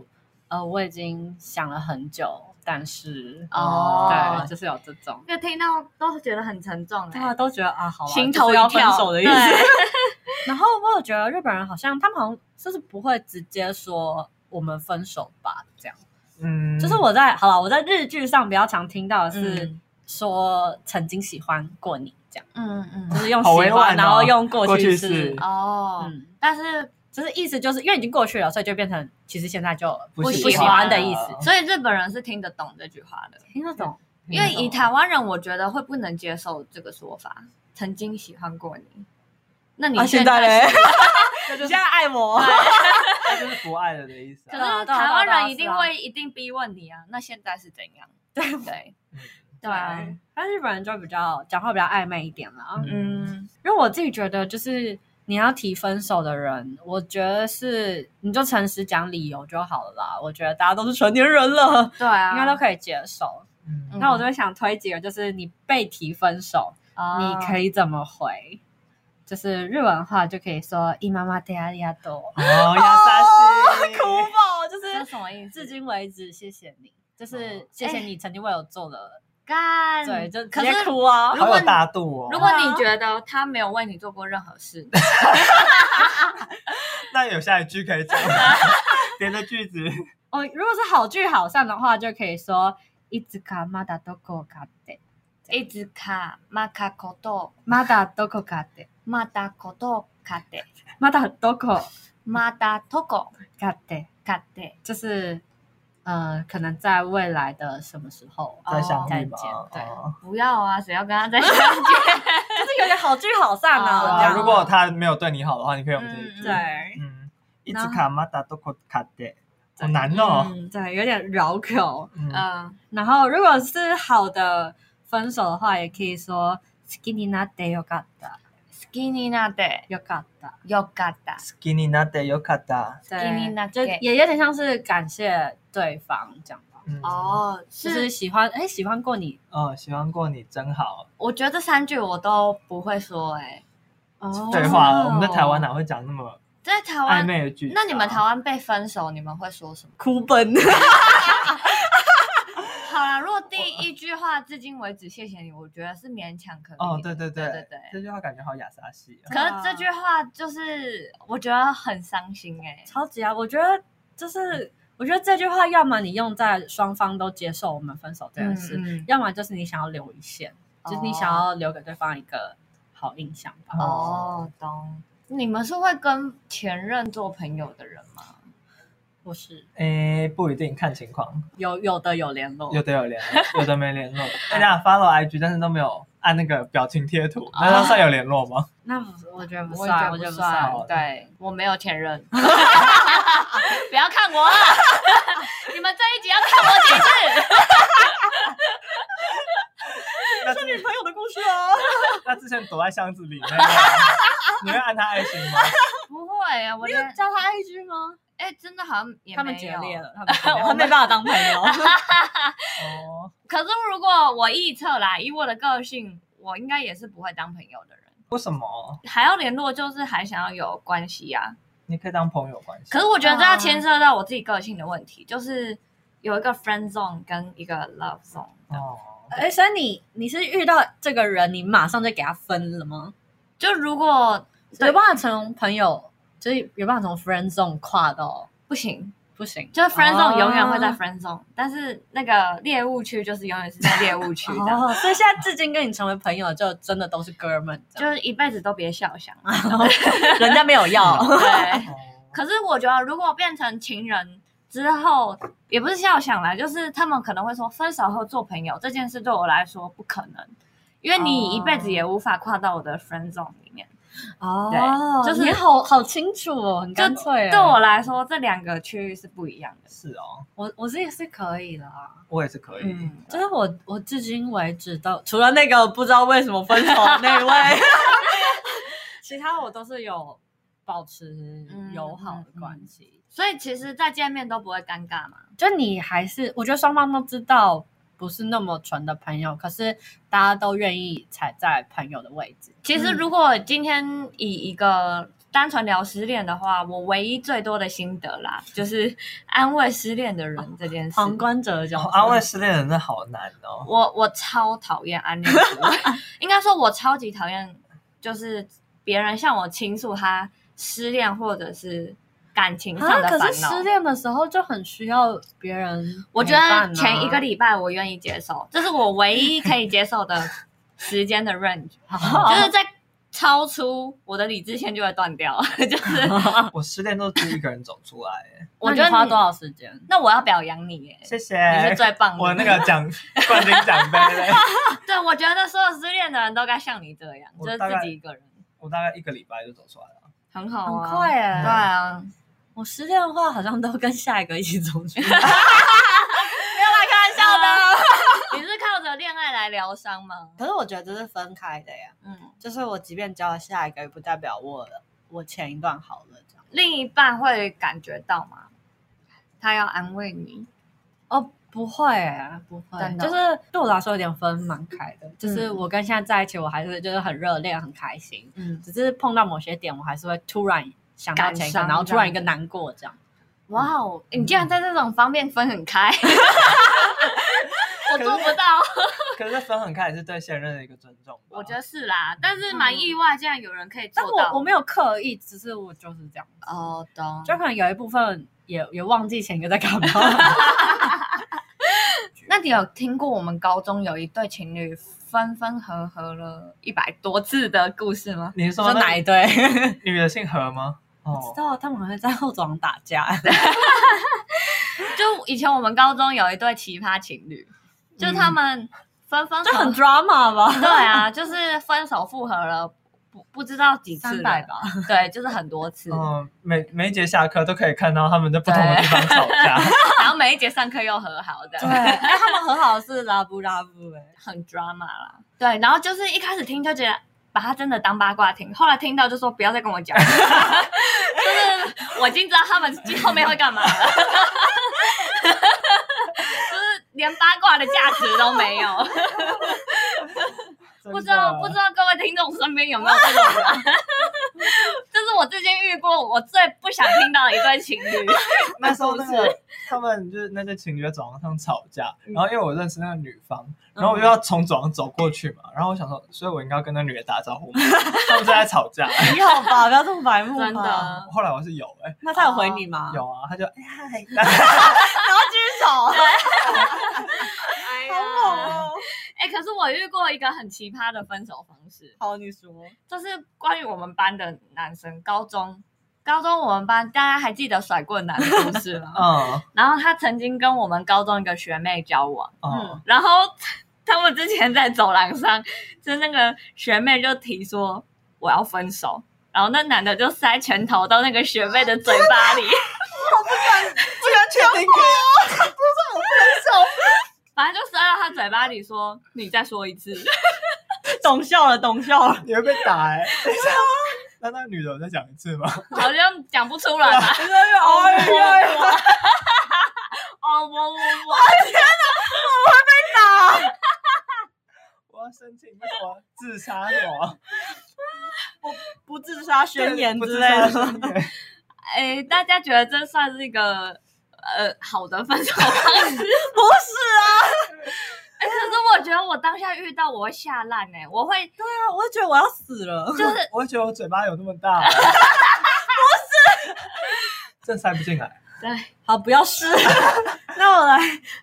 呃，我已经想了很久，但是
哦
对，就是有这种，
就听到都觉得很沉重
大
哎、
家都觉得啊，好啦
心
就是
头一
要分
跳，
手的意思。
对
[laughs] 然后我有觉得日本人好像他们好像就是不会直接说我们分手吧，这样。
嗯
就是我在好了，我在日剧上比较常听到的
[laughs]
是
嗯
说曾经喜欢过你这样，
嗯嗯，
就是用
好
喜
委
欢，
婉哦
然后用过去
过去
式
式，
哦，
嗯，
但是
就是意思就是因为已经过去了，所以就变成其实现在就
不
不
喜
喜
欢
欢
了
的意思。
所以日本人是听得懂这句话的，
听得懂？
因为以
嗯
台湾人，我觉得会不能接受这个说法。曾经喜欢过你，那你
啊，现在
在
嘞
是？
你 [laughs] 现在爱我？
那就是不爱了的意思
可
[laughs]
啊。
是台湾人一定会一定逼问你啊，那现在是怎样？ [laughs] 对对
嗯
对啊，，
但日本人就比较讲话比较暧昧一点啦。
嗯
嗯，
因为我自己觉得，就是你要提分手的人，我觉得是你就诚实讲理由就好了啦。我觉得大家都是成年人了，
对啊，
应该都可以接受。
嗯
那我就会想推几个，就是你被提分手，
哦
你可以怎么回？就是日文话就可以说“伊妈妈でありがとう
哦，亚莎西”，
哦哭爆！就
这
是
是什么意思？
至今为止，谢谢你，就是
哦
谢谢你曾经为我做的，
干
对，就直
可
接
是
哭啊！
好有大度哦。
如果你觉得他没有为你做过任何事，
那有下一句可以讲，别的句子
哦，如果是好聚好散的话，就可以说“いつかまだどこかで”。
一直卡马卡口豆
まだどこかで、
马达口豆卡 [laughs] 的
まだどこ
马达托口
かで，
卡的，
就是呃，可能在未来的什么时候，
在想
哦再
你吧
见。对，
哦
不要啊！谁要跟他在 [laughs] 一起？
就是有点好聚好散
对
哦
啊。
这
啊，
样
如果他没有对你好的话，你可以用这一
嗯
句。
对
嗯，一
然
直
后
卡马达多库卡的，好难哦。
嗯对，有点绕口。
嗯，
嗯，
然后如果是好的分手的话，也可以说“好きになってよかった、
好きになって
よかった
よかっ
嗯
た。
给你拿的有卡达。”。
对
好きになって
就也有点像是感谢对方这样吧。
嗯，
哦，
就是
是，
喜欢，哎，喜欢过你，
哦，喜欢过你真好。
我觉得这三句我都不会说哎，
哦
废话，我们在台湾啊哪会讲那么
在台
暧
湾。
昧的句子啊？
那你们台湾被分手，你们会说什么？
哭 [laughs] 奔。
好啦，如果第一句话至今为止谢谢你，我觉得是勉强可以的。
哦，对对
对对
对
对
这句话感觉好亚莎西哦。
可是这句话就是我觉得很伤心哎、
超级啊！我觉得就是，我觉得这句话，要么你用在双方都接受我们分手这件事，
嗯
要么就是你想要留一线，就是你想要留给对方一个好印象吧。
哦
哦，懂。你们是会跟前任做朋友的人吗？
或是
诶，不一定，看情况，
有有的有联络，
有的有联络，有的没联络。大家 follow IG，但是都没有按那个表情贴图，那他算有联络吗？
那不我觉得不
我也
算，我
觉得
不
算
算。。
对我没有前任，不要看我啊！ [laughs] 你们这一集要看我几次？ [laughs]
那之
女朋友的故事哦，
[laughs] 那之前躲在箱子里那个，你会按他爱心吗？
不会啊，我
你
连
有加他 IG 吗？
哎、真的好像也没有。
他们决裂了，他们决裂 [laughs] 了我没办法当朋友。
哦，
可是如果我臆测啦，以我的个性，我应该也是不会当朋友的人。
为什么？
还要联络，就是还想要有关系啊。
你可以当朋友关系。
可是我觉得这要牵涉到我自己个性的问题，就是有一个 friend zone 跟一个 love zone。
哦，
[laughs] 哎，所以你你是遇到这个人，你马上就给他分了吗？
就如果对
有办法从朋友，就是有办法从 friend zone 跨到
不行，
不行，
就是 friend zone
哦
永远会在 friend zone，、但是那个猎物区就是永远是在猎物区的，
[laughs] 哦，所以现在至今跟你成为朋友，就真的都是哥们，这
就
样
是一辈子都别笑
[laughs]
想。
人家没有要
对，
哦
可是我觉得如果变成情人之后，也不是笑想啦，就是他们可能会说分手后做朋友这件事对我来说不可能，因为你一辈子也无法跨到我的 friend zone 里面。
哦
就是
你好好清楚哦，很干脆。
对我，来说，这两个区域是不一样的。
是哦，
我我自己是可以的啊。
我也是可以。
嗯，
就是我，我至今为止都除了那个不知道为什么分手的那位， [laughs] 其他我都是有保持友好的关系。
所以其实再见面都不会尴尬嘛。
嗯就你还是，我觉得双方都知道不是那么纯的朋友，可是大家都愿意踩在朋友的位置。
其实
嗯
如果今天以一个单纯聊失恋的话，我唯一最多的心得啦，就是安慰失恋的人这件事。
旁观者的角
哦
色，
安慰失恋的人真的好难哦。
我我超讨厌安利服务，应该说我超级讨厌，就是别人向我倾诉他失恋或者是感情上
啊，
的
可
烦
是
恼。
失恋的时候就很需要别人陪伴啊、
我觉得前一
啊
个礼拜我愿意接受，这是我唯一可以接受的时间的 range，
好，啊
就是在超出我的理智线就会断掉， [laughs] 就是
我失恋都是自己一个人走出来，哎
我
那
觉
你
得
花
你
多少时间？
那我要表扬你耶，
谢谢，
你是最棒的。
我那个奖冠军奖杯嘞，
对，我觉得所有失恋的人都该像你这样，
我
就是
大概
自己一个人，
我大概一个礼拜就走出来了。
很好、
很
啊，
快耶、
对啊，
我失恋的话，好像都跟下一个一起走出来。
没有啦，开玩笑的。哦你是靠着恋爱来疗伤吗？
可是我觉得这是分开的呀，
嗯，
就是我即便交了下一个，也不代表我我前一段好了这样。
另一半会感觉到吗？他要安慰你，
哦，不会欸、不会
真，的
就
哦
是对我来说有点分蛮开的，就是
嗯
我跟现在在一起，我还是就是很热恋、很开心，
嗯，
只是碰到某些点，我还是会突然想到前一
感伤
个，然后突然一个难过这样。
哇哦，你竟然在这种方面分很开， [laughs] 我做不到。
[laughs] 可是分很开也是对现任的一个尊重吧。
我觉得是啦，但是蛮意外，竟然有人可以做
但
到。
我我没有刻意，只是我就是这样，
哦，懂。
就可能有一部分也也忘记前一个在干
[laughs]
嘛。
那你有听过我们高中有一对情侣分分合合了一百多次的故事吗？
你是说
说哪一
[laughs]
对？
那女的姓何吗？
知
哦，
道他们好像在后走廊打架，
[laughs]
就以前我们高中有一对奇葩情侣，就是他们分分
就
合
很 drama [laughs] 吧？
对啊，就是分手复合了。不不知道几次
三
了
百，吧，
[laughs]
哦
对，就是很多次，
嗯，每每一节下课都可以看到他们在不同的地方吵架。
然后每一节上课又和好
[laughs]
的，
对，哎，他们和好是拉布拉布哎，
很 drama 啦。对，然后就是一开始听就觉得把它真的当八卦听，后来听到就说不要再跟我讲
[laughs]
了，就是我已经知道他们后面会干嘛了，
[laughs]
就是连八卦的价值都没有。
[laughs]
不知道不知
道，
道各位听众身边有没有这种人？
[laughs]
这是我至今遇过我最不想听到的一对情侣。
那时候那个他们就是那对情侣在走廊上吵架，然后因为我认识那个女方，然后我就要从走廊走过去嘛，然后我想说，所以我应该要跟那女的打招呼嘛，他们正在吵架。
[laughs]
[laughs]
不要吧，不要这么白目
真
吧。
的，
后来我是有哎、
那他有回你吗？ [laughs]
有啊，他就哎嗨，
然后举手，
哎呀
好猛哦！
哎、可是我遇过一个很奇葩的分手方式，
好，你说，
就是关于我们班的男生，高中。高中我们班大家还记得甩棍男的故事 [laughs] 吗？
嗯
然后他曾经跟我们高中一个学妹交往，
嗯，
然后他们之前在走廊上，就那个学妹就提说我要分手，然后那男的就塞拳头到那个学妹的嘴巴 [laughs] 里，
不然确定
反正就塞到她嘴巴里说你再说一次，
懂笑了，懂笑了。
你会被打哎、等一下那那女的我再讲一次吗？
[laughs] 好像讲不出来吧？
哎呀，
[laughs] 哦，我我我。
我要申请那什么自杀什 [laughs] 么
不自杀宣言
不
之
自
类
杀
的。
宣言
哎，大家觉得这算是一个呃好的分 [laughs] 手方式？
[laughs] 不是
哎，可是我觉得我当下遇到我会吓烂哎，我会
啊，我就觉得我要死了。
就是
我会觉得我嘴巴有那么大、 [laughs] 不是，这塞不进来。
好，不要试。 [laughs] 那我来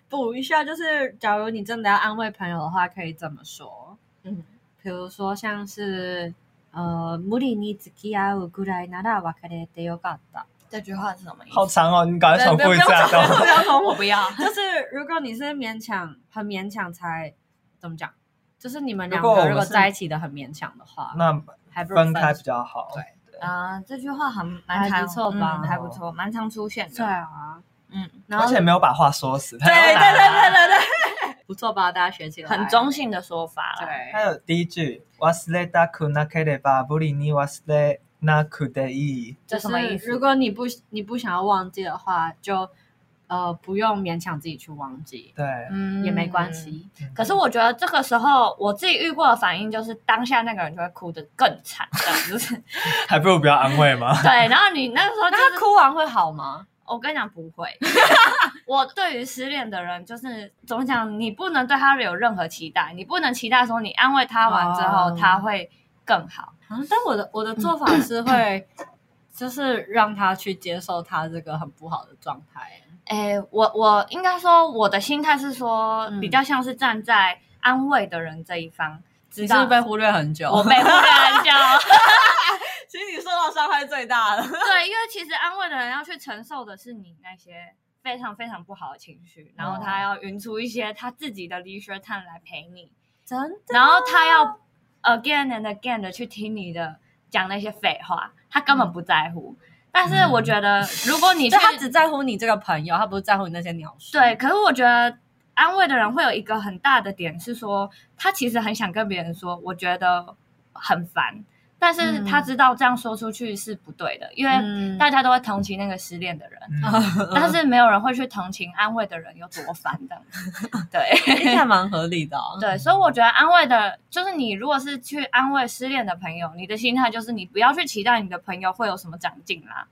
补一下，就是假如你真的要安慰朋友的话，可以怎么说？
嗯
嗯，比如说像是呃，無理に付き合うぐらいなら別れてよか
[laughs]
った。
这句话是什么意
好？长哦，你赶快重
不
复一
要
下。
重复，不要重
我
复。
不要，
就是如果你是勉强，很勉强才怎么讲？就是你们两
如果我
个
们
如果
是
在一起的很勉强的话，
那
还不如
分
手
开比较好。
对
[laughs] 啊、这句话很蛮
还
常
不错吧
嗯还不错，蛮常出现
对
的。
啊，
嗯，
然
而
后
且没有把话说死。对
对对对对对对，不错吧？大家学起来，
很中性的说法啦。
对
啊还。有第一句，忘れたくなければ無理に忘れなくていい。
就
这什么意
是
思
如果你不你不想要忘记的话，就呃不用勉强自己去忘记，
对，
嗯
也没关。系。
可是我觉得这个时候我自己遇过的反应就是，当下那个人就会哭得更惨，这样就是
还不如不要安慰嘛。
[laughs] 对。然后你那时候就
那他
是，
哭完会好吗？
我跟你讲不会。 [laughs] 我对于失恋的人，就是怎么讲，你不能对他有任何期待，你不能期待说你安慰他完之后、
哦
他会更好。
啊，但我的我的做法是会，就是让他去接受他这个很不好的状态。
诶，我我应该说我的心态是说，
嗯
比较像是站在安慰的人这一方，
你
知
是不
道
是被忽略很久？
我
[laughs]
被忽略很久。 [laughs]
其实你受到伤害最大的。
对，因为其实安慰的人要去承受的是你那些非常非常不好的情绪，然后
哦
他要匀出一些他自己的 leisure time 来陪你，
真的
然后他要 again and again 的去听你的讲那些废话，他根本不在乎。但是我觉得，如果你去
就嗯他只在乎你这个朋友，他不是在乎你那些鸟事。
对，，可是我觉得安慰的人会有一个很大的点是说，他其实很想跟别人说，我觉得很烦，但是他
嗯
知道这样说出去是不对的，因为
嗯
大家都会同情那个失恋的人。
嗯
但是没有人会去同情安慰的人有多烦这样子。对
[laughs] 应该蛮合理的哦、
对，所以我觉得安慰的，就是你如果是去安慰失恋的朋友，你的心态就是你不要去期待你的朋友会有什么长进啦，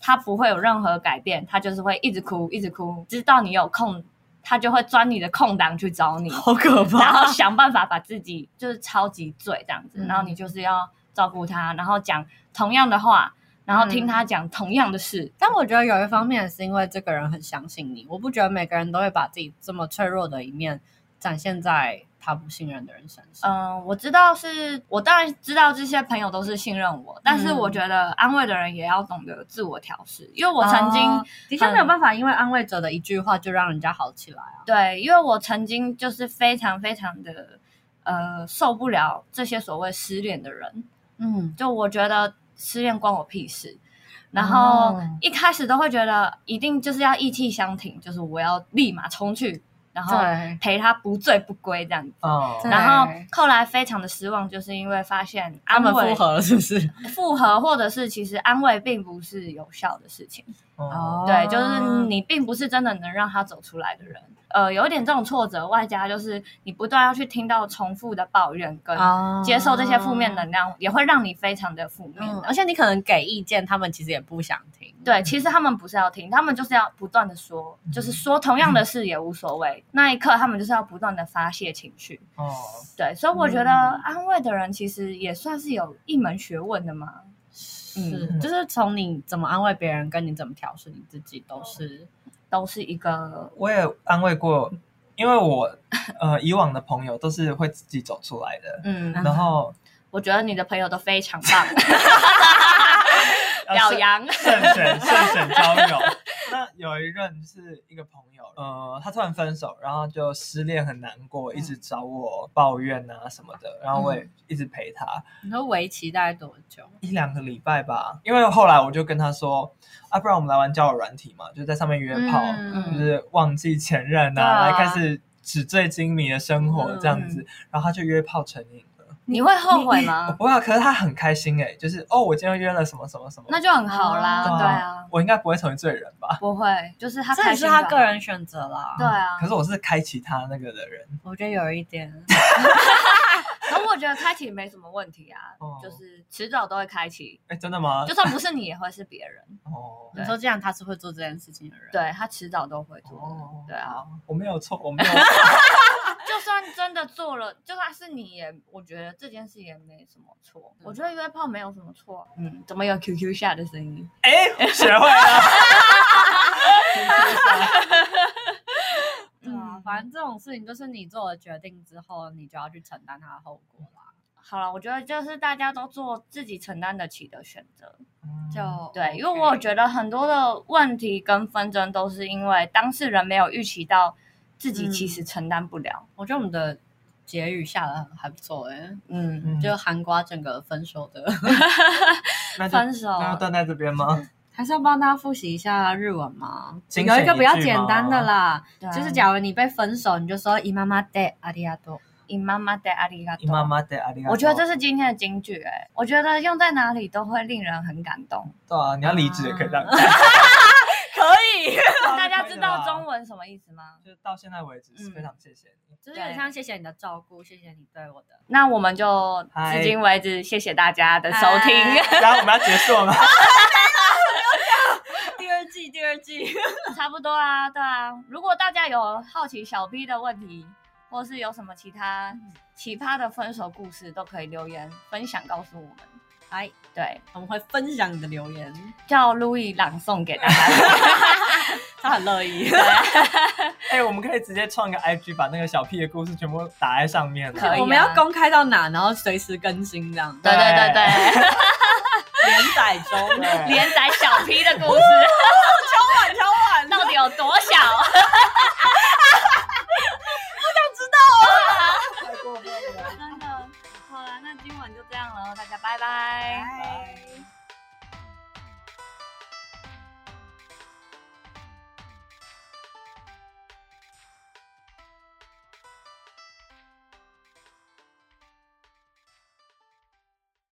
他不会有任何改变，他就是会一直哭，一直哭，直到你有空，他就会钻你的空档去找你，
好可
[laughs] 然
怕
后！想办法把自己就是超级醉这样子，
嗯
然后你就是要照顾他，然后讲同样的话，然后
嗯
听他讲同样的事，
但我觉得有一方面是因为这个人很相信你，我不觉得每个人都会把自己这么脆弱的一面展现在他不信任的人身上。
嗯，我知道是，我当然知道这些朋友都是信任我，但是
嗯
我觉得安慰的人也要懂得自我调试，因为我曾经、
哦的确没有
嗯
办法，因为安慰者的一句话就让人家好起来啊。
对，因为我曾经就是非常非常的呃受不了这些所谓失恋的人，
嗯，
就我觉得失恋关我屁事。然后
哦
一开始都会觉得一定就是要意气相挺，就是我要立马冲去，然后
对
陪他不醉不归这样子。
哦
对
然后后来非常的失望，就是因为发现
他
安慰
们复合了是
[laughs]
不是？
复合，或者是其实安慰并不是有效的事情。
哦，
对，就是你并不是真的能让他走出来的人。呃，有一点这种挫折，外加就是你不断要去听到重复的抱怨跟
[laughs] 哦
接受这些负面能量，也会让你非常的负面
嗯，
的。
而且你可能给意见，他们其实也不想听。
对，其实他们不是要听，他们就是要不断的说，就是说同样的事也无所谓。
嗯
那一刻，他们就是要不断的发泄情绪。
哦，
对，所以我觉得
嗯
安慰的人其实也算是有一门学问的嘛。
是，
嗯
就是从你怎么安慰别人，跟你怎么调试你自己，
哦
都是
都是一个
我也安慰过，因为我呃以往的朋友都是会自己走出来的，
嗯，
然后
我觉得你的朋友都非常棒， [laughs]
呃
表
是
扬。
慎选慎选交友。那有一任是一个朋友，呃，他突然分手，然后就失恋很难过，一直找我抱怨啊什么的，然后我也一直陪他
你说围棋大概多久？
一两个礼拜吧。因为后来我就跟他说，啊，不然我们来玩交友软体嘛，就在上面约炮，就
嗯，
是忘记前任
对
啊，
啊嗯
来开始纸醉金迷的生活这样子，然后他就约炮成瘾了。
你会后悔
我
吗？
不会啊，可是他很开心哎、就是哦，我今天约了什么什么什么，
那就很好啦，
哦
对啊，
我应该不会成为罪人吧？
不会，就是他
这也
开
是
心就好
他个，人选择啦。
对啊
可。是我是开启他那个的人，
我觉得有一点，
可我觉得开启没什么问题啊
哦，
就是迟早都会开启，
哎，真的吗？
就算不是你也会是别 [laughs] 人，
哦
你说既然他是会做这件事情的人，，
对他迟早都会做
哦
的，对啊。，
我没有错，我没有错， [laughs]
就算真的做了，就算是你也，我觉得这件事也没什么错。我觉得约炮没有什么错。嗯，怎么有 QQ 下的声 [laughs] 音？
哎，学会了，
对啊，反正这种事情就是你做了决定之后，你就要去承担它的后果啦。
好了，我觉得就是大家都做自己承担得起的选择。
嗯
就
对，因为我觉得很多的问题跟纷争都是因为当事人没有预期到自己其实承担不了。
我觉得我们的结语下的还不错哎、
嗯，
嗯
就韩瓜整个分手的，
那就
分手
那要断在这边吗？
还是要帮大家复习一下日文吗？
精
有
选
一个比较
一句
简
吗
单的啦，
对啊
就是假如你被分手，你就说姨妈妈的阿里亚多。
你妈妈的阿里嘎
你妈
多。
妈得阿里嘎多，
我觉得这是今天的金句哎、我觉得用在哪里都会令人很感动。
对啊，你要离职也可以让，
可以，
啊大家知道中
文，
文嗯什么意思吗？
就是到现在为止是非常谢谢你，
就是很像谢谢你的照顾，谢谢你对我的。
那我们就
嗨
至今为止，谢谢大家的收听。
嗨
然后我们要结束
[laughs]
了吗？
[laughs] 第二季，第二季，
差不多啦，对啊。如果大家有好奇小 B 的问题，或是有什么其他奇葩的分手故事，都可以留言分享告诉我们。
来，
对，
我们会分享你的留言。
叫 Louis 朗诵给大家。
他很乐意。
哎、我们可以直接创个 IG，把那个小屁的故事全部打在上面了。
可以啊
我们要公开到哪，然后随时更新这样。
对对对对，
连载中，
对
连载小 P 的故事， [laughs] [laughs]